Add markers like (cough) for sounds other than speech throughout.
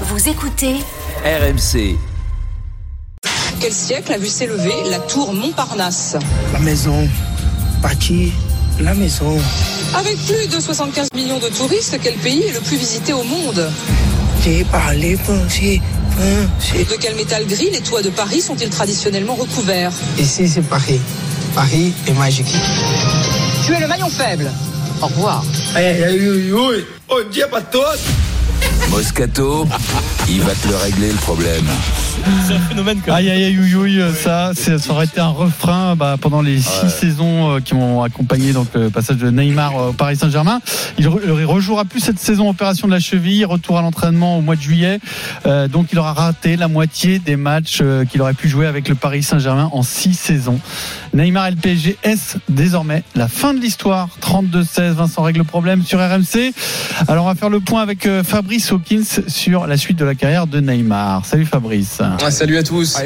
Vous écoutez RMC. Quel siècle a vu s'élever la tour Montparnasse La maison, bâtir la maison. Avec plus de 75 millions de touristes, quel pays est le plus visité au monde J'ai parlé français, français. De quel métal gris les toits de Paris sont-ils traditionnellement recouverts Ici, c'est Paris. Paris est magique. Tu es le maillon faible. Au revoir. Moscato, il va te le régler le problème. Aïe aïe aïe ouïe, ouïe, ça, c'est- ça aurait été un refrain bah, pendant les six saisons euh, qui ont accompagné donc le passage de Neymar euh, au Paris Saint-Germain. Il, re- il rejouera plus cette saison opération de la cheville, retour à l'entraînement au mois de juillet. Euh, donc il aura raté la moitié des matchs euh, qu'il aurait pu jouer avec le Paris Saint-Germain en six saisons. Neymar et le PSG est désormais la fin de l'histoire. 32-16, Vincent règle le problème sur RMC. Alors on va faire le point avec euh, Fabrice Hawkins sur la suite de la carrière de Neymar. Salut Fabrice. Ah, salut à tous.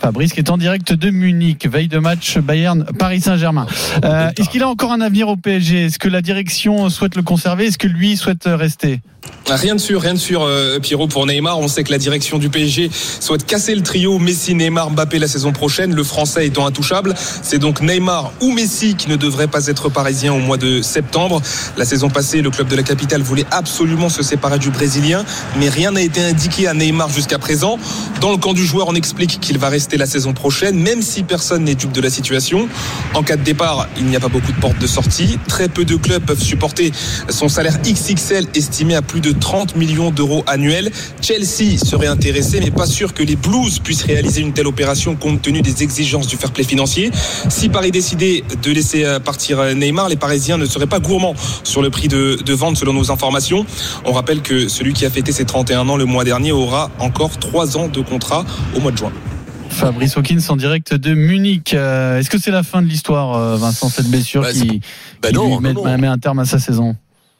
Fabrice qui est en direct de Munich, veille de match Bayern Paris Saint-Germain. Euh, Est-ce qu'il a encore un avenir au PSG Est-ce que la direction souhaite le conserver Est-ce que lui souhaite euh, rester Rien de sûr, rien de sûr, euh, Pierrot, pour Neymar. On sait que la direction du PSG souhaite casser le trio Messi, Neymar, Mbappé la saison prochaine, le français étant intouchable. C'est donc Neymar ou Messi qui ne devrait pas être parisien au mois de septembre. La saison passée, le club de la capitale voulait absolument se séparer du Brésilien, mais rien n'a été indiqué à Neymar jusqu'à présent. Dans le camp du joueur, on explique qu'il va rester la saison prochaine, même si personne n'est dupe de la situation. En cas de départ, il n'y a pas beaucoup de portes de sortie. Très peu de clubs peuvent supporter son salaire XXL estimé à plus de 30 millions d'euros annuels. Chelsea serait intéressé, mais pas sûr que les Blues puissent réaliser une telle opération compte tenu des exigences du fair play financier. Si Paris décidait de laisser euh, partir euh, Neymar, les Parisiens ne seraient pas gourmands sur le prix de, de vente selon nos informations. On rappelle que celui qui a fêté ses 31 ans le mois dernier aura encore 3 ans de contrat au mois de juin. Fabrice Hawkins en direct de Munich. Euh, Est-ce que c'est la fin de l'histoire, euh, Vincent, cette blessure Bah, qui, Bah qui non, lui met, non, non. met un terme à sa saison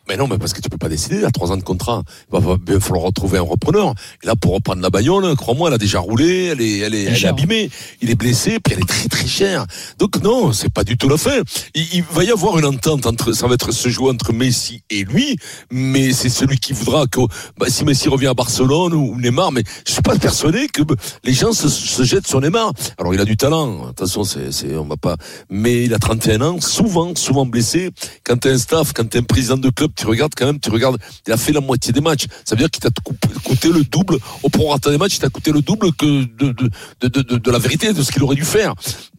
Mais non, mais parce que tu peux pas décider, à trois ans de contrat. Il va bien falloir retrouver un repreneur. Et là, pour reprendre la bagnole, crois-moi, elle a déjà roulé, elle est, elle est, elle est cher. abîmée. Il est blessé, puis elle est très très chère. Donc non, c'est pas du tout la fin. Il, il va y avoir une entente entre, ça va être ce jeu entre Messi et lui, mais c'est celui qui voudra que, bah, si Messi revient à Barcelone ou Neymar, mais je suis pas persuadé que bah, les gens se, se jettent sur Neymar. Alors il a du talent, attention, c'est, c'est, on va pas, mais il a 31 ans, souvent, souvent blessé. Quand t'es un staff, quand t'es un président de club, tu regardes quand même, tu regardes, il a fait la moitié des matchs. Ça veut dire qu'il t'a coupé- coûté le double, au prorata des matchs, il t'a coûté le double que de, de, de, de, de- de la vérité, de ce qu'il aurait dû faire.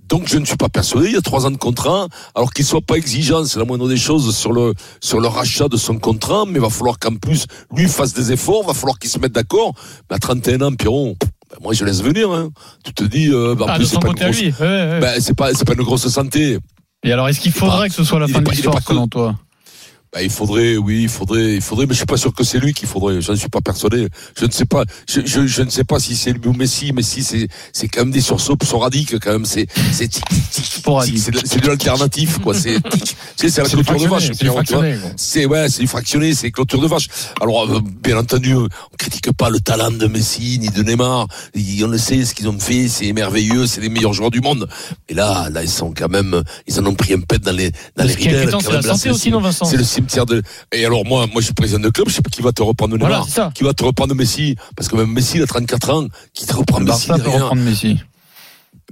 Donc je ne suis pas persuadé, il y a trois ans de contrat, alors qu'il soit pas exigeant, c'est la moindre des choses sur le sur le rachat de son contrat, mais il va falloir qu'en plus lui fasse des efforts, va falloir qu'il se mette d'accord. Mais à 31 ans, Pierron, ben, moi je laisse venir. Hein. Tu te dis, euh, ben, en Ah, plus de c'est son pas une côté à grosse- lui. Ouais, (laughs) ouais. ben, c'est pas c'est pas une grosse santé. Et alors, est-ce qu'il il est pas- faudrait que ce soit la il fin est de pas- il est l'histoire, pas que- selon toi Bah, il faudrait, oui, il faudrait, il faudrait, mais je suis pas sûr que c'est lui qu'il faudrait. Je ne suis pas persuadé. Je ne sais pas, je, je, je ne sais pas si c'est lui ou Messi. Messi, c'est, c'est quand même des sursauts sporadiques, quand même. C'est, c'est tic, tic, tic, tic, Sporadique. c'est de, c'est de l'alternatif, quoi. C'est, tic. tu sais, c'est la C'est du clôture de vache. Pierrot, fractionné, c'est du tu vois. fractionné, quoi. C'est ouais, c'est du fractionné, c'est clôture de vache. Alors euh, bien entendu, euh, on critique pas le talent de Messi ni de Neymar. Ils- on le sait, ce qu'ils ont fait, c'est merveilleux, c'est les meilleurs joueurs du monde. Et là, là ils sont quand même, ils en ont pris un pet dans les dans les Ce qui est ridelles. inquiétant, quand c'est même, la là, santé aussi, non, Vincent c'est le cimetière de. Et alors moi, moi je suis président de club, je sais pas qui va te reprendre Neymar, Voilà, c'est ça. qui va te reprendre Messi, parce que même Messi il a 34 ans, qui te reprend Le Messi Barça peut derrière. reprendre Messi.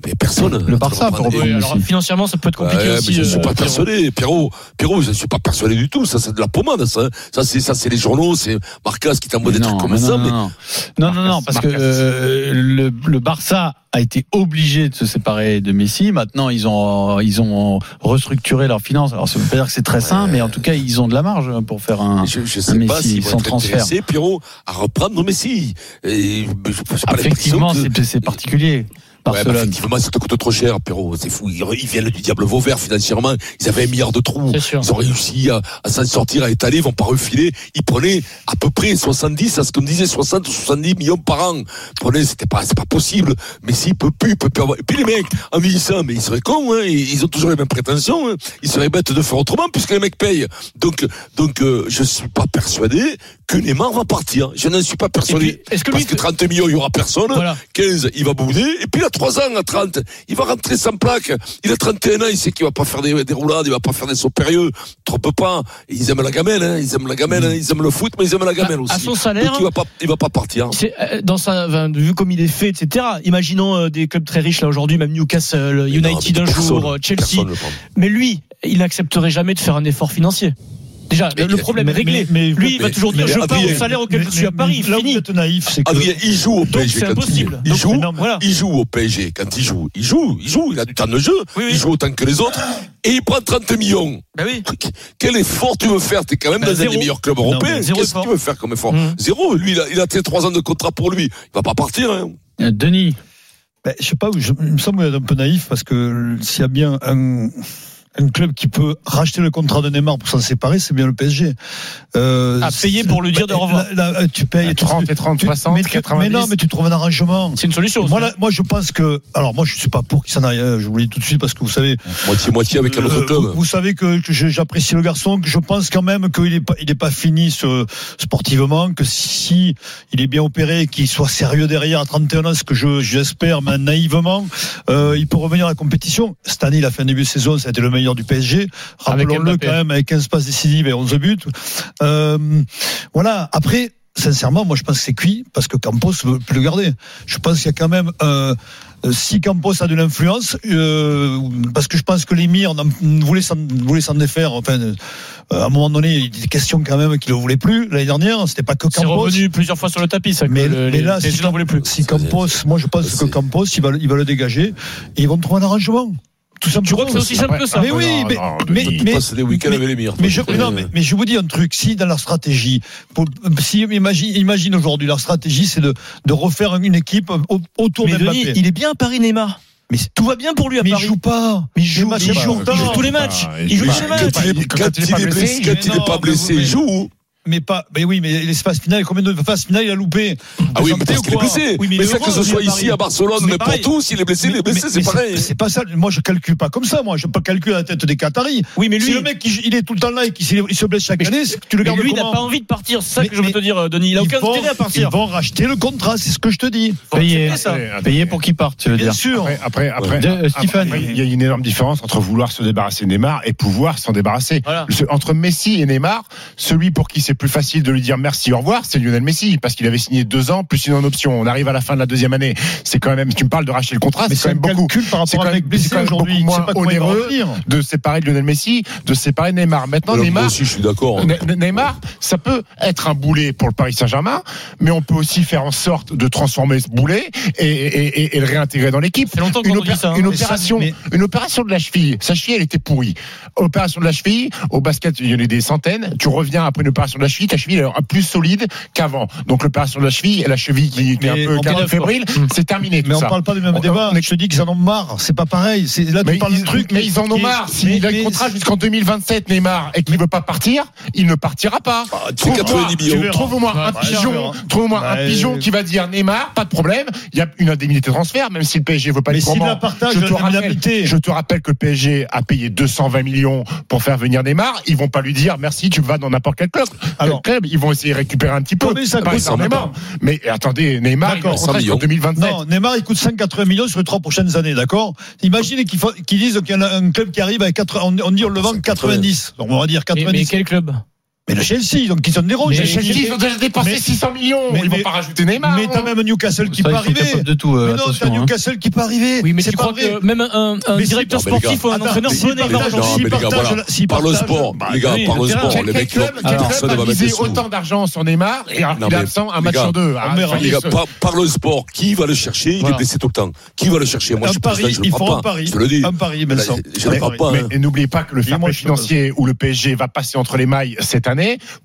Mais personne. va te Barça peut reprendre reprendre Oui, Neymar. alors financièrement, ça peut être compliqué Ouais, mais aussi. je ne suis euh, pas Pierrot. persuadé, Pierrot. Pierrot, je ne suis pas persuadé du tout. Ça, c'est de la pommade. Ça, hein. ça c'est ça, c'est les journaux, c'est Marcas qui t'envoie des Mais trucs comme mais non, ça. mais non. Non, non, non, parce que euh, le, le Barça a été obligé de se séparer de Messi. Maintenant, ils ont, ils ont restructuré leurs finances. Alors, ça ne veut pas dire que c'est très sain, mais en tout cas, ils ont de la marge pour faire un. Je ne Un sais pas Messi s'ils vont Ah, sans être transfert. intéressés, Pierrot, à reprendre Messi. Et, je- je- j'ai pas l'impression Effectivement, que- c'est c'est particulier. Ouais, bah, Barcelone. effectivement, ça te coûte trop cher, Pierrot. C'est fou. Ils, ils viennent du diable Vauvert financièrement. Ils avaient un milliard de trous. C'est sûr. Ils ont réussi à, à s'en sortir, à étaler, ils vont pas refiler. Ils prenaient à peu près 70, à ce qu'on disait, 60 ou 70 millions par an. Prenez, c'était pas, c'est pas possible. Mais s'il peut plus, il peut plus avoir. Et puis les mecs, en vieillissant, mais ils seraient cons, hein. Ils, ils ont toujours les mêmes prétentions, hein. Ils seraient bêtes de faire autrement puisque les mecs payent. Donc, donc, euh, je suis pas persuadé que Neymar va partir. Je n'en suis pas Et persuadé. puis, Est-ce que Parce lui. que 30 millions, il y aura personne. Voilà. 15, il va bouder. Et puis la 3 ans à 30. Il va rentrer sans plaque. Il a 31 ans, il sait qu'il va pas faire des, des roulades, il va pas faire des sauts périlleux. Trompe pas. Et ils aiment la gamelle, hein. Ils aiment la gamelle, hein. Ils aiment le foot, mais ils aiment la gamelle À- aussi. Bah, à son salaire- Donc, il va pas, il va pas partir. C'est, euh, dans sa, enfin, vu comme il est fait, etc. Imaginons euh, des clubs très riches là aujourd'hui, même Newcastle, Mais non, United mais un personne- jour, euh, Chelsea. personne le prend. Mais lui, il n'accepterait jamais de faire un effort financier. Déjà, Mais- le problème est mais- réglé. mais- mais- lui, il va mais- toujours dire mais je pars au Adrien- salaire auquel Mais- je suis mais- à Paris, mais là où fini. vous êtes naïf, c'est que. Adrien, Ah, il joue au PSG. c'est quand il- impossible. Il, Donc, joue, mais non, voilà. il joue au PSG. Quand il joue, il joue, il joue. Il a du temps de jeu. Oui, oui. Il joue autant que les autres. Et il prend 30 millions. Bah oui. Quel effort tu veux faire T'es quand même Bah, dans un zéro. des meilleurs clubs Non, européens. mais zéro Qu'est-ce que effort. tu veux faire comme effort Mhm. Zéro. Lui, il a, il a tes trois ans de contrat pour lui. Il va pas partir. hein. Euh, Denis, Ben, je sais pas, je, il me semble être un peu naïf parce que s'il y a bien un, un club qui peut racheter le contrat de Neymar pour s'en séparer, c'est bien le PSG. Euh, À c'est- payer pour lui dire de ben, au revoir. là, là, tu payes À 30 et 30, tu- 60, mais tu- 90. Mais non, mais tu trouves un arrangement. C'est une solution. Moi, ça. là, moi, je pense que. Alors, moi, je suis pas pour qu'il s'en aille. hein, Je vous le dis tout de suite parce que vous savez, Moitié-moitié avec un autre euh, club. Vous, vous savez que, que je- j'apprécie le garçon, que je pense quand même qu'il n'est pas, il est pas fini ce- sportivement, que si il est bien opéré, qu'il soit sérieux derrière à 31 ans, ce que je- j'espère, mais naïvement, euh, il peut revenir à la compétition. Cette année, il a fait un début de saison, ça a été le meilleur du PSG. Avec Rappelons-le Mbappé. quand même, avec 15 passes décisives et 11 buts. Euh, voilà. Après, sincèrement, moi, je pense que c'est cuit parce que Campos veut plus le garder. Je pense qu'il y a quand même. Euh, euh, si Campos a de l'influence, euh, parce que je pense que l'émir en- voulait s'en voulait s'en défaire. Enfin, euh, à un moment donné, il était question quand même qu'il ne voulait plus l'année dernière. C'était pas que c'est Campos. revenu plusieurs fois sur le tapis, ça. que Mais, le- mais là, les si, gens n'en voulaient plus. si Campos, moi je pense que c'est- Campos, il va, le- il va le dégager et ils vont trouver un arrangement. Tout simplement. Tu crois que c'est aussi simple que ça Mais oui, Non, mais, non, mais, Denis. Tu mais- passes les week-ends mais- avec les Euh, mires. mais je, mais non, mais, mais je vous dis un truc. Si dans la stratégie, pour- si imagine, imagine aujourd'hui, leur stratégie, c'est de, de refaire une équipe euh, au- autour Mais d'Mbappé. Denis, il est bien à Paris, Neymar. Mais tout va bien pour lui à Mais il Paris. joue pas. Mais il joue, matchs, il il joue joue pas. pas. Il joue tous les pas. matchs. Ah, Il Il joue joue tous pas. les matchs. Quand il Quand est- quand il est pas il est blessé, blessé, quand mais il non, est pas mais blessé, vous- il joue. Mais pas. Mais oui, mais l'espace final, combien de passes finales il a loupé Ah oui, Vous mais sentez parce ou qu'il est quoi blessé. Oui, Mais ça, heureux, que ce lui, soit à Paris. ici à Barcelone, Mais mais pour pareil. tous, il est blessé, il est blessé, c'est pareil. C'est pas ça. Moi, je calcule pas comme ça. Moi, je peux calculer à la tête des Qataris. Oui, mais si lui, le mec, il, il est tout le temps là et qu'il s'est- il se blesse chaque Mais je- année, c'est que tu le mais gardes lui n'a comment pas envie de partir. C'est ça Mais- que je veux mais- te dire, euh, Denis. Il a Ils aucun vont- intérêt à Ils partir. vont racheter le contrat, c'est ce que je te dis. Faut Payé. accepter ça. Attendez, attendez. payé pour qui parte, tu veux Bien dire sûr. Après, après, après, De- euh, après, Stéphane. après, il y a une énorme différence entre vouloir se débarrasser de Neymar et pouvoir s'en débarrasser. Voilà. Ce- Entre Messi et Neymar, celui pour qui c'est plus facile de lui dire merci, au revoir, c'est Lionel Messi, parce qu'il avait signé deux ans plus une en option. On arrive à la fin de la deuxième année. C'est quand même, tu me parles de racheter le contrat, Mais c'est quand c'est même un beaucoup. calcul par C'est rapport quand à même- mec blessé c'est quand même aujourd'hui. beaucoup Je sais moins pas comment il va onéreux revenir. de séparer Lionel Messi, de séparer Neymar. Maintenant, Alors, Moi Neymar, aussi, je suis d'accord. Ne- Ne- Neymar, ça peut être un boulet pour le Paris Saint-Germain, mais on peut aussi faire en sorte de transformer ce boulet et, et- et- et le réintégrer dans l'équipe. fait longtemps qu'on Une, entend dire ça, hein. une Mais ça, opération, mais- une opération de la cheville. Sa cheville, elle était pourrie. Opération de la cheville. Au basket, il y en a des centaines. Tu reviens après une opération de la cheville, ta cheville elle est plus solide qu'avant. Donc l'opération de la cheville, la cheville qui, qui est mais un peu, on qui est un peu parle- fébrile, c'est terminé. Tout Hmm. Mais on ça. parle pas du même On- débat. on est- Je te dis qu'ils en ont marre. C'est pas pareil. C'est- Là, mais tu parles ils, d'un truc. mais ils en ont qui- marre. mais- S'il a mais- le contrat jusqu'en 2027, Neymar, et qu'il ne veut pas partir, il ne partira pas. Ah, tu fais 90 millions. Trouve au moins un Bah, Ouais, tu pigeon, verras. trouve au moins un Ouais. pigeon qui va dire Neymar, pas de problème. Il y a une indemnité de transfert, même si le PSG veut pas Mais être s'il gourmand. la partage, je te la rappelle, indemnité. je te rappelle que le PSG a payé 220 millions pour faire venir Neymar. Ils vont pas lui dire merci, tu vas dans n'importe quel club. Alors. Quel club, ils vont essayer de récupérer un petit peu. Combien ça Pas coûte, ça, énormément. Mais attendez, Neymar, il a un D'accord, contrat jusqu'en 100 millions. 2027. Non, Neymar, il coûte 180 millions sur les trois prochaines années, d'accord Imaginez qu'ils fa- qu'ils disent qu'il y en a un club qui arrive à 80, on, on dit on le vend 90. On va dire Mais, mais 90. Mais, quel club le Chelsea, donc ils sont des rouges. Mais- Mais Chelsea, ils ont déjà dépensé mais- 600 millions. mais- ils vont mais- pas rajouter Neymar. hein. Mais t'as même Newcastle qui Ça, peut ils sont arriver. capables de tout, euh, mais non, t'as attention, hein. Newcastle qui peut arriver. Oui, mais c'est tu pas crois vrai. que même un, un Mais si- directeur Non, mais les gars. sportif ou un Attends, entraîneur mais peut si- Neymar mais aujourd'hui. non, mais les gars, partage voilà. la- s'il Par le partage- sport, Bah, les gars, oui, par le le terrain. sport, Quel, les quel mecs, club, quel non, club personne ne va a mettre des misé sous. autant d'argent sur Neymar et alors Non, qu'il mais absent un match les gars, ah, sur deux on verra. Les Arrêtez gars, ce- par, par le sport, qui va le chercher Il est Voilà. blessé tout le temps. Qui va le chercher Moi, Un je suis pari, président, je ne ils le prends font pas. un pari. Je le dis. Un pari, Vincent. Là, Je ne le Un prends pari. pas. Mais hein. et n'oubliez pas que le fair Dis-moi, play je peux- financier où le PSG va passer entre les mailles cette année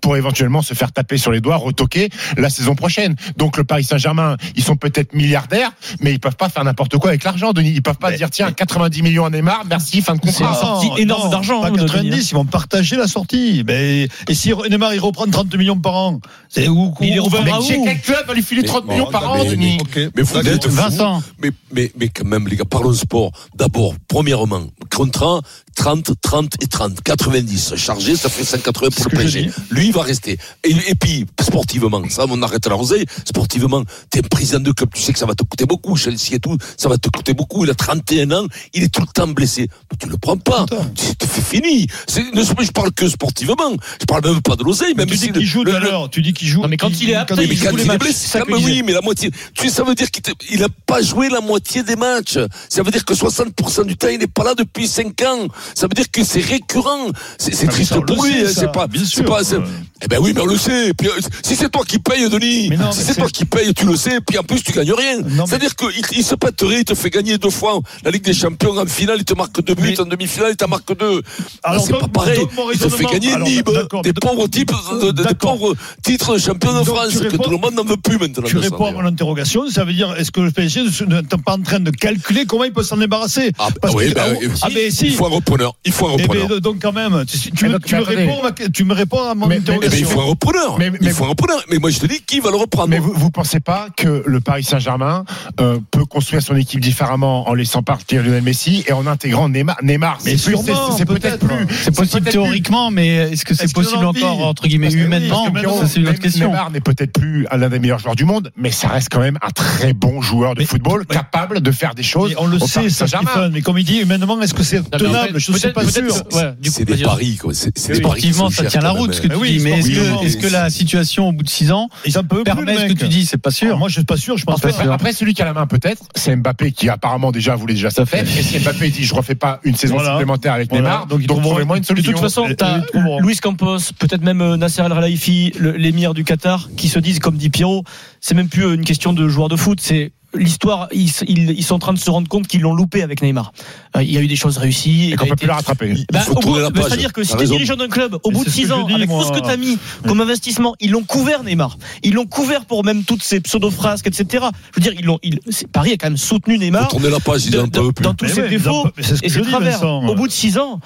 pour éventuellement se faire taper sur les doigts, retoquer la saison prochaine. Donc le Paris Saint-Germain, ils sont peut-être milliardaires, mais ils peuvent pas faire n'importe quoi avec l'argent, Denis. Ils peuvent pas dire tiens 90 millions à Neymar, merci fin de C'est contrat. ça. sortie énorme non, d'argent, Pas hein, de 90, ils vont partager la sortie. Mais, et si Neymar il reprend 30 millions par an, c'est où, Mais il est où- revenu Mais à chez où quel club va lui filer Mais 30 bon, millions par non, an, mais- Denis Mais vous êtes fous. Vincent. Mais, mais, mais quand même, les gars, parlons sport. D'abord, premièrement, contrat, 30, 30 et 30. 90 chargé, ça fait 180 C'est ce pour que le je dis. PSG. Lui, il va rester. Et, et puis, sportivement, ça, on arrête la rosée. Sportivement, t'es président de club, tu sais que ça va te coûter beaucoup. Chelsea et tout, ça va te coûter beaucoup. Il a 31 ans, il est tout le temps blessé. Mais tu le prends pas. C'est c'est fini. C'est- ne- Je parle que sportivement. Je parle même pas de l'oseille, même tu si dis le- qu'il joue le- tout à le- l'heure, tu dis qu'il joue. Non, mais quand il est apte, quand mais il joue quand les il est matchs. blessé, C'est ça quand que je même, oui, disais. mais la moitié. Tu sais, ça veut dire qu'il n'a pas joué la moitié des matchs. Ça veut dire que 60% du temps, il n'est pas là depuis 5 ans. Ça veut dire que c'est récurrent. C'est c'est Ah, mais triste ça, on le pour lui. sait, hein, ça. C'est pas. Bien c'est sûr. pas- c'est- Ouais. Eh ben oui, mais on le sait. Puis, euh, si c'est toi qui paye, Denis, Mais non, mais si c'est c'est- toi qui paye, tu le sais. Puis en plus, tu gagnes rien. Non, mais- C'est-à-dire qu'il il se pâterait, il te fait gagner deux fois la Ligue des Champions en finale, il te marque deux buts, Mais- en demi-finale, il t'en marque deux. Alors, C'est donne- pas pareil. donne mon Il te fait raisonnement. gagner Alors, Nîmes, d'accord, des mais- pauvres types, de- de- des D'accord. pauvres titres de champion de Donc, tu France, que réponds- tout le monde n'en veut plus maintenant. Tu de ça, réponds à d'ailleurs. mon interrogation, ça veut dire est-ce que le PSG ne- ne- n'est pas en train de calculer comment il peut s'en débarrasser Ah, bah Parce oui, que- bah, ah, euh, ah, mais si. Il faut un repreneur. Il faut un Eh repreneur. ben, donc quand même, tu, tu me, donc, tu me attendez. réponds, à ma- tu me réponds à mon Mais- mais- Eh ben, il interrogation. faut un repreneur. Mais- mais- il faut un repreneur. Mais moi, je te dis, qui va le reprendre Mais vous, vous pensez pas que le Paris Saint-Germain euh, peut construire son équipe différemment en laissant partir Lionel Messi et en intégrant Neymar Neymar, Mais c'est plus- sûrement, c'est- c'est peut-être peut-être. plus. C'est possible peut-être plus. théoriquement, mais est-ce que c'est Est-ce que possible l'envie encore, entre guillemets, Parce que oui, humainement parce que maintenant, Ça, c'est une autre Neymar- question. Neymar n'est peut-être plus l'un des meilleurs joueurs du monde, mais ça reste quand même un très bon joueur de Mais- football, mais- capable de faire des choses. Mais on le au sait, Paris ça, Saint-Germain. Stéphane, mais comme il dit, humainement, est-ce que c'est mais en tenable fait, Je ne suis pas peut-être- sûr. peut-être- ouais, du coup, C'est des vas-y. paris. quoi. C'est c'est des paris. qui Effectivement, sont ça chers, tient la quand même, route, ce que hein. tu Mais oui, dis. Mais est-ce sportivement, que, est-ce mais que c'est- la situation au bout de 6 ans Ils en peuvent plus, permet le ce que mec. tu dis C'est pas Alors, sûr. Moi, je suis pas sûr. Je pense Après, pas. sûr. après, celui qui a la main peut-être, c'est Mbappé qui apparemment déjà voulait déjà ça faire. Et si Mbappé dit je refais pas une saison Voilà. supplémentaire avec Voilà. Neymar, Donc, donc, ils trouveront- trouvez-moi une De solution. toute façon, Et- t'as et tout le monde. Luis Campos, peut-être même euh, Nasser Al Khelaifi, le- l'émir du Qatar, qui se disent, comme dit Pierrot, c'est même plus euh, une question de joueur de foot, c'est l'histoire. Ils, ils- ils sont en train de se rendre compte qu'ils l'ont loupé avec Neymar. Euh, Il y a eu des choses réussies. Et il qu'on a peut été- plus le rattraper. Il Bah, faut au bout- tourner la bah, page. C'est-à-dire que si T'as t'es raison. dirigeant d'un club, au Mais bout de c'est ce 6 que ans, je dis, avec moi. tout ce que t'as mis comme investissement, ils l'ont couvert Neymar. Ils l'ont couvert pour même toutes ces pseudo-frasques, etc. Je veux dire, ils l'ont, ils, c'est- Paris a quand même soutenu Faut Neymar tourner la page, ils dans, n'en peuvent dans- plus. dans tous Mais ses Eh ouais, ils en défauts peuvent- c'est ce que et je ses dis, travers. Vincent. hein. Au bout de 6 ans,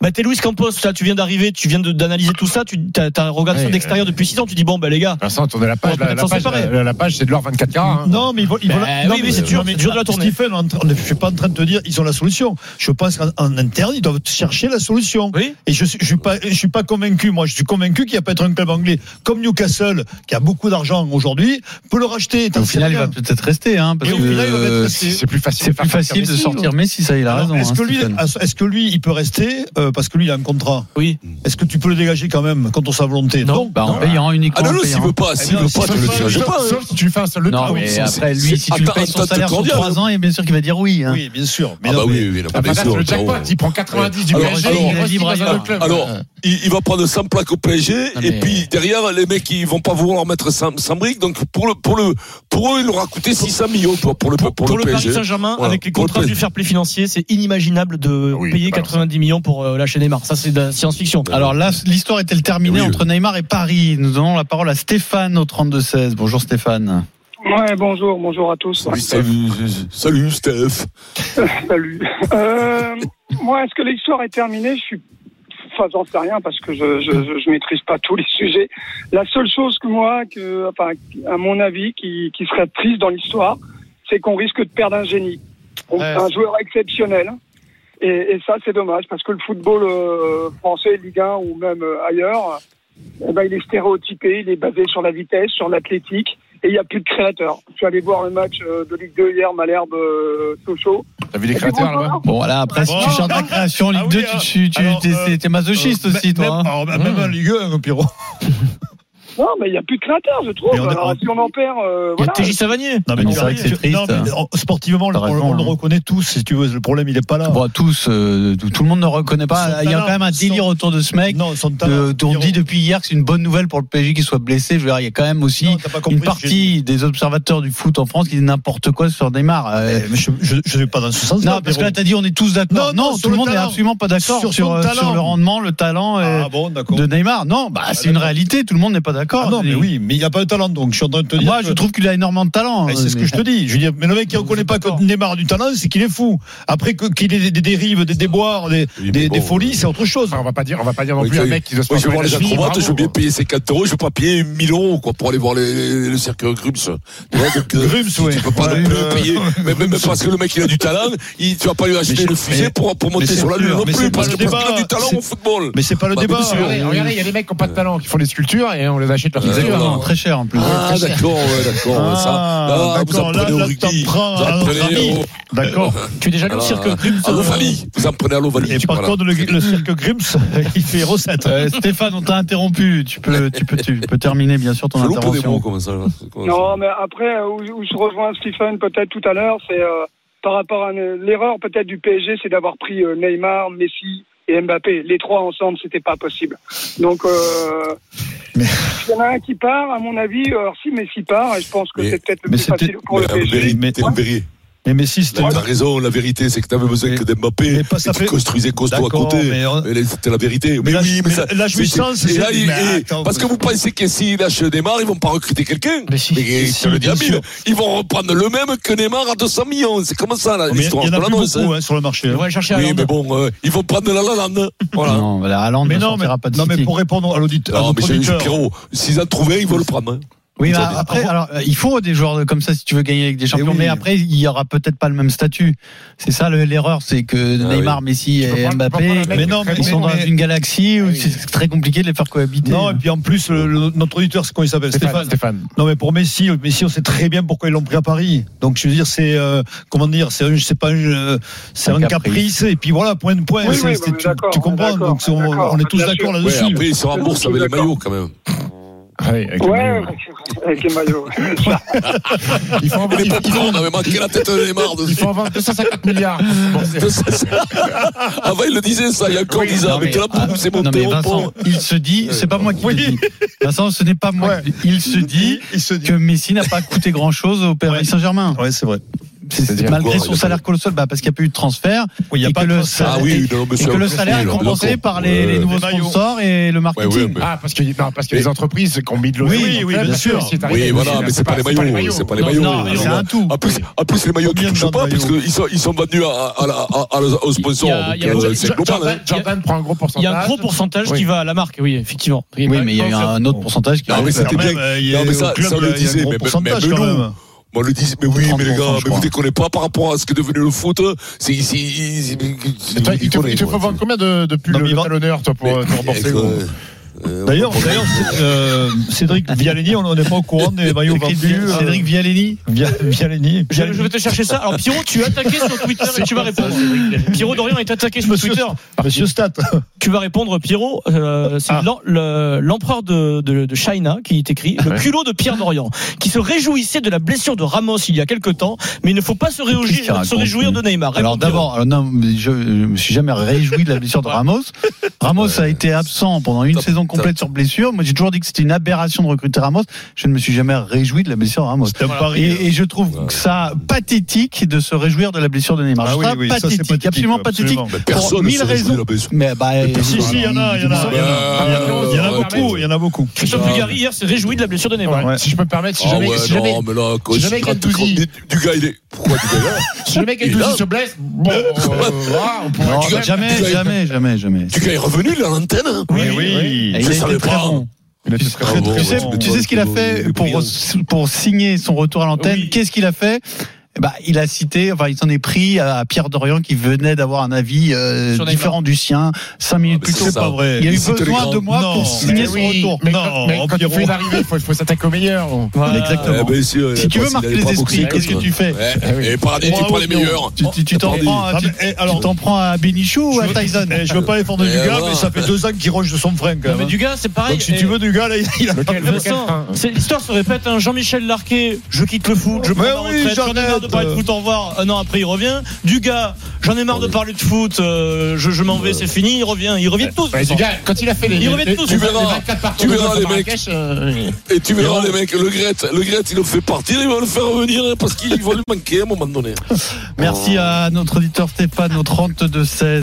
bah, t'es Luis Campos, là, tu viens d'arriver, tu viens de- d'analyser tout ça, tu t'as, t'as un regard Ouais, d'extérieur depuis 6 ans, tu dis bon, bah les gars. Vincent, tournez la page. On va La, la peut-être s'en page, séparer. la- la page, c'est de l'or 24 carats. hein. Non, mais ils vont. Ils vont Bah la- oui, non, mais c'est dur, non, c'est dur de la tourner. Stephen, en train- je suis pas en train de te dire, ils ont la solution. Je pense qu'en en interne, ils doivent chercher la solution. Oui. Et je, suis- je suis pas, je suis pas convaincu. Moi, je suis convaincu qu'il y a peut-être un club anglais comme Newcastle qui a beaucoup d'argent aujourd'hui peut le racheter. T'en Au sais final, il rien. va peut-être rester. hein, parce Et au que, final, il va euh, être resté. C'est plus facile. C'est de faire plus facile de Messi, hein. sortir Messi, ça, il a Alors, raison. Est-ce hein, que, lui, ah, Stephen. est-ce que lui, il peut rester euh, parce que lui, il a un contrat. Oui. Est-ce que tu peux le dégager quand même contre sa volonté Non, bah, en payant uniquement. Ah non, non, en s'il payant. veut pas, s'il non, veut s'il pas, tu veut le pas, dégages il pas. Sauf si tu lui fais un seul le Non, temps. mais c'est- euh, après, c'est- hein. lui, si tu lui attends, payes son attends, salaire sur attends, 3 ans, et bien sûr qu'il va dire oui. hein. Oui, bien sûr. Mais Ah non, bah mais- oui, oui, non, Ah, mais bah, là, sûr, le jackpot, Pierrot. il prend 90 du Alors, PSG, alors, il reste libre dans un ailleurs. autre club. Alors, il, il va prendre 100 plaques au PSG Non, mais- et puis derrière les mecs ils vont pas vouloir mettre 100, 100 briques donc pour le pour le pour eux il aura coûté 600 millions pour, pour le pour, Pour, le, le Paris PSG. Saint-Germain, Voilà. avec les Pour le contrats PSG. du fair play financier, c'est inimaginable de Oui, payer c'est pas 90 millions pour euh, lâcher Neymar. Ça, c'est de la science-fiction. Bah Alors là, l'histoire est-elle terminée Oui, oui. entre Neymar et Paris Nous donnons la parole à Stéphane au 32-16. Bonjour Stéphane. Ouais, bonjour, bonjour à tous. Salut, salut, salut Steph. Salut. Euh, moi, est-ce que l'histoire est terminée Je suis. Enfin, j'en sais rien parce que je, je, je, je maîtrise pas tous les sujets. La seule chose que moi, que, enfin, à mon avis, qui, qui serait triste dans l'histoire, c'est qu'on risque de perdre un génie, On- Ouais. un joueur exceptionnel. Et, et ça, c'est dommage parce que le football euh, français, Ligue 1 ou même euh, ailleurs, eh ben, il est stéréotypé, il est basé sur la vitesse, sur l'athlétique. Et il n'y a plus de créateurs. Je suis allé voir le match euh, de Ligue 2 hier, Malherbe, euh, Sochaux. T'as vu les Et puis, créateurs là-bas bonjour. Bon, voilà, après, si Bon. tu chantes la création en Ligue Ah oui, 2, hein. tu, tu, tu- Alors, t'es, euh, t'es masochiste Euh, aussi, même- toi. hein. alors, bah, Même Mmh. en Ligue 1, Pierrot. Non, mais il n'y a plus de créateurs, je trouve. Mais on a- Alors, si on en perd, euh, Il y a voilà. TJ Savanier. Non, mais c'est vrai que c'est triste. non, mais on- sportivement, on, T'as raison, on le hein. reconnaît tous, si tu veux. Le problème, il n'est pas là. Bon, tous, euh, tout, tout le monde ne reconnaît Son pas. Il y a talent, quand même un délire son- autour de ce mec. non, son talent. Euh, on Pierrot. dit depuis hier que c'est une bonne nouvelle pour le PSG qu'il soit blessé. Je veux dire, il y a quand même aussi Non, t'as pas compris une ce que j'ai partie des observateurs du foot en France qui disent n'importe quoi sur Neymar. Euh, Eh, mais je, je, je vais pas dans ce sens. non, parce que là, t'as dit on est tous d'accord. Non, non, Non, sur tout le le monde n'est talent. absolument pas d'accord Sur sur, son euh, sur talent. le rendement, le talent. euh, Ah bon, d'accord. de Neymar. Non, bah, c'est une d'accord. réalité, tout le monde n'est pas d'accord. Ah non, mais Et- oui, mais il n'a pas de talent, donc je suis en train de te dire. Moi, que- je trouve qu'il a énormément de talent. hein. Mais c'est ce que je te dis. Je veux dire, mais le mec qui Vous reconnaît êtes pas que d'accord. Neymar a du talent, c'est qu'il est fou. Après que- qu'il ait des- des dérives, des déboires, des, Oui, mais des, bon, des folies, euh, c'est autre chose. Enfin, on va pas dire, on va pas dire non Oui, plus un oui. mec qui doit se Moi, je vais voir les la cheville, acrobates, bravo, je veux bien quoi. payer ces 4 euros, je veux pas payer 1000 euros, quoi, pour aller voir les- les- le cirque Grumps. Tu vois, donc, euh, Grumps, tu ouais. peux pas Ouais, non plus euh, payer, mais, mais- mais parce que le mec, il a du talent, il, tu vas pas lui acheter c'est- le fusil mais- pour, pour monter mais c'est sur la lune sûr, non mais plus, c'est parce pas que le parce qu'il a débat, du talent c'est- au football. Mais c'est pas le Bah, débat. bien sûr. Regardez, regardez, il y a des mecs qui ont pas de talent, qui font des sculptures et on les achète leurs Exactement. sculptures. Très cher en plus. Ah, d'accord, ouais, d'accord, ouais, ça. Ah, Ah, vous d'accord, en prenez là, au là, rugby. Vous t'apprends à en notre Bah, prenez ami. au, (laughs) D'accord. Tu es déjà allé au Ah, cirque Grimm, à euh, l'Ovalie. Vous en prenez à l'Ovalie. Et par voilà. contre, le, le cirque Grims, il fait recette. Euh, Stéphane, on t'a interrompu. Tu peux, tu peux, tu peux terminer bien sûr ton Je loupe des mots intervention. comme ça. là. Comme ça. Non, mais après, euh, où, où je rejoins Stephen peut-être tout à l'heure, c'est euh, par rapport à euh, l'erreur peut-être du PSG, c'est d'avoir pris euh, Neymar, Messi et Mbappé. Les trois ensemble, c'était pas possible. Donc, euh, s'il y en a un qui part, à mon avis, alors si Messi part, et je pense que Mais- c'est peut-être le mais plus c'était- facile pour Mais le euh, la PSG. vérité, mais- la vérité. Mais Messi, c'était. T'as raison, la vérité, c'est que t'avais besoin que d'Mbappé. mais pas- ça Et tu fait- construisais costaud à D'accord, côté. mais on- Et là, C'était la vérité. Mais, la- oui, mais mais ça. la- la c'est- jouissance, c'est- et c'est- là, il- mais et- attends, parce que vous pensez que s'ils lâchent Neymar, ils vont pas recruter quelqu'un. Mais si. et Mais je si, te le dis à bien mille. sûr. Ils vont reprendre le même que Neymar à 200 millions. C'est comme ça, là, Mais Il l'histoire. y en Je a te plus l'annonce, beaucoup hein. hein, sur le marché. hein. Ouais, chercher à Oui, mais Hollande. bon, euh, ils vont prendre la Lalande. Voilà. Non, la Haaland Mais ne non, mais, sortira pas de non, mais City. pour répondre à l'audit, à Non, mais notre j'ai auditeur, Pierrot. S'ils en trouvaient, ils vont le prendre. hein. Oui, mais Ils ont des- après, alors, euh, il faut des joueurs de- comme ça si tu veux gagner avec des champions. Eh oui. Mais après, il y aura peut-être pas le même statut. C'est ça le- l'erreur, c'est que Ah Neymar, Messi peux prendre- tu et peux prendre Mbappé, un mec Mais non, très ils mais- sont dans mais- une galaxie où Oui. c'est très compliqué de les faire cohabiter. Non, et puis en plus, le- le- notre auditeur, c'est comment il s'appelle Stéphane, Stéphane. Stéphane. Non, mais pour Messi, Messi, on sait très bien pourquoi ils l'ont pris à Paris. Donc, je veux dire, c'est euh, comment dire, c'est un- je sais pas, un, euh, c'est Un un caprice. caprice. Et puis voilà, point de point. Oui, C'est- oui, c'est- bah, mais tu, d'accord, tu comprends d'accord, Donc, c'est- on, d'accord, on est tous bien d'accord sûr. Ouais, là-dessus. après, ils se remboursent avec les maillots, quand même. Ouais, avec les Ouais, maillots, ouais. avec- avec les maillots. Il faut en vendre- Les il faut- popcorn, on avait manqué la tête de Neymar. il faut en vendre 250 milliards. Bon, c'est- Avant, Ah il le disait, ça, il y a encore Oui, 10 ans. non, Mais mais- ah, que la pompe, c'est Non, monté mais au Vincent, pont. il se dit, c'est pas moi qui le dis. Vincent, ce n'est pas moi. qui le dis. Il se dit il se dit. que Messi n'a pas coûté grand chose au Paris Saint-Germain. Ouais, c'est vrai. C'est- C'est-à-dire Malgré quoi, il son a pas salaire colossal, bah, parce qu'il n'y a pas eu de transfert. Oui, il y a et pas que de le transfert. salaire, Ah oui, non, et mais c'est que le un salaire est profil, on est compensé d'accord. par les, Ouais. les nouveaux Les maillots. sponsors et le marketing. Ouais, ouais, mais- Ah, parce que, non, parce que les entreprises qui ont mis de l'eau. Oui, oui, oui, bien sûr. Oui, hein, voilà, mais Ah, c'est pas les maillots. C'est pas les Non, maillots. non, mais c'est un tout. En plus, en plus, les maillots, tu Combien de touches temps de pas, maillots parce qu'ils sont, ils sont vendus à, à, la- à, à, aux sponsors. Il y a- Donc, il y a- euh, C'est global, hein. Jordan, Jordan prend un gros Il pourcentage. y a un gros pourcentage Oui. qui va à la marque, oui, effectivement. Oui, mais il y a eu un autre pourcentage qui Non, a mais Ah c'était Quand bien. même, euh, il y Non, a- mais ça, au club, ça, on il y le a- il y a un disait. gros Mais, mais, pourcentage, mais quand nous, même. Bon, on le disait, mais oui, mais les 30%, gars, je mais vous crois. déconnez pas par rapport à ce que est devenu le foot. hein. C'est ici. ici- ici- Toi, il, te, déconnez, il te quoi. faut vendre combien de, de pulls Non, mais il va- talonneurs, toi, pour Mais- euh, te rembourser gros Euh, euh, D'ailleurs, on- d'ailleurs, c'est- euh, Cédric Vialeni, on on n'est pas au courant (laughs) des maillots Cédric, vendus. euh, Cédric Vialeni Via- Vialeni. Je, je vais te chercher ça. Alors, Pierrot, tu es attaqué sur Twitter et tu vas répondre. Pierrot Dorian est attaqué sur Monsieur- Twitter. Monsieur Stat. Tu vas répondre, Pierrot. euh, c'est Ah. l'em- le- l'empereur de, de, de China qui est écrit, le culot de Pierre Dorian, qui se réjouissait de la blessure de Ramos il y a quelque temps, mais il ne faut pas se Qu'est-ce qu'il réjouir, se raconte, réjouir lui de Neymar. Alors Réponds, Pierrot. d'abord, alors non, mais je, je me suis jamais réjoui de la blessure de Ramos. Ramos a été absent pendant une Top, saison complète sur blessure. Moi, j'ai toujours dit que c'était une aberration de recruter Ramos. Je ne me suis jamais réjoui de la blessure de Ramos. C'est un pari. hein. Et, et je trouve Ouais. ça pathétique de se réjouir de la blessure de Neymar. Ah Je oui, trouve ça oui, ça, c'est pathétique, pathétique, absolument hein. absolument. pathétique. Mais personne pour ne mille se réjouit raison. de la blessure. Mais bah, euh, Si, si, il y en a, il y en Ah a. Ouais, bah, Il y en a Ah ouais, beaucoup, il y en a beaucoup. Christophe Dugarry hier s'est réjoui de la blessure de Neymar. Ouais. Si je peux me permettre, si Ah jamais, ouais, si jamais, non, mais là, quoi, si si jamais quand tu Gattuso- crois- du du gars, il est. Pourquoi du gars là si jamais Il est Gattuso là. se blesse, bon, euh, voilà, on pourra Non, quand même- jamais, jamais, jamais, jamais. Du gars est revenu, là, à l'antenne. hein. Oui, oui. Et Je il a été savais très pas. bon. Il a Tu été sais, très Ah bon, bah, tu ouais, sais- bon, tu bon, sais ce qu'il a bon, fait bon, pour, bon. pour signer son retour à l'antenne Oui. Qu'est-ce qu'il a fait Eh ben, il a cité, enfin, il s'en est pris à Pierre Dorian qui venait d'avoir un avis euh, Sur Neymar. différent du sien, cinq minutes Ah, plus mais c'est tôt. ça. Pas vrai. Il y a eu C'était le besoin grand- de moi Non, pour mais signer oui, son retour. Mais, Non, oh, quand, mais quand tu Pierrot. fais une arrivée, il faut, faut s'attaquer au meilleur. Voilà. Exactement. Eh ben, si, euh, Si tu pas- veux s'il avait marquer pas les boxé, esprits, quoi, qu'est-ce que quoi. tu fais Ouais, Et par des, tu prends les meilleurs. Tu- tu- Tu t'en Attendez. prends, à- tu- Ah, mais, eh, tu alors- t'en prends à Benichou ou à Tyson Eh, je veux pas défendre Eh, du gars, voilà. mais ça fait deux ans qu'il roge de son frein quand Non, mais même. hein. Dugas, c'est pareil. Donc si Et- tu veux du gars, là, il a Lequel, lequel Vincent, frein c'est- l'histoire se répète. hein. Jean-Michel Larquet, je quitte le foot, je prends Mais ma oui, retraite, j'en ai marre de j'arrête. parler de foot, au revoir. Un an après, il revient. Du gars, j'en ai marre de parler de foot, euh, je, je m'en vais, c'est fini. Il revient, il revient tous. Ouais, Vincent. du gars, quand il a fait les, Ils les- reviennent les- tous, les tu verras. 24 parties Tu de verras, les mecs. Marrakech, euh, Et tu verras les mecs, le Gret, le Gret, il le fait partir, il va le faire revenir hein, parce qu'il va lui manquer à un moment donné. Merci à notre auditeur Stéphane au 32-16.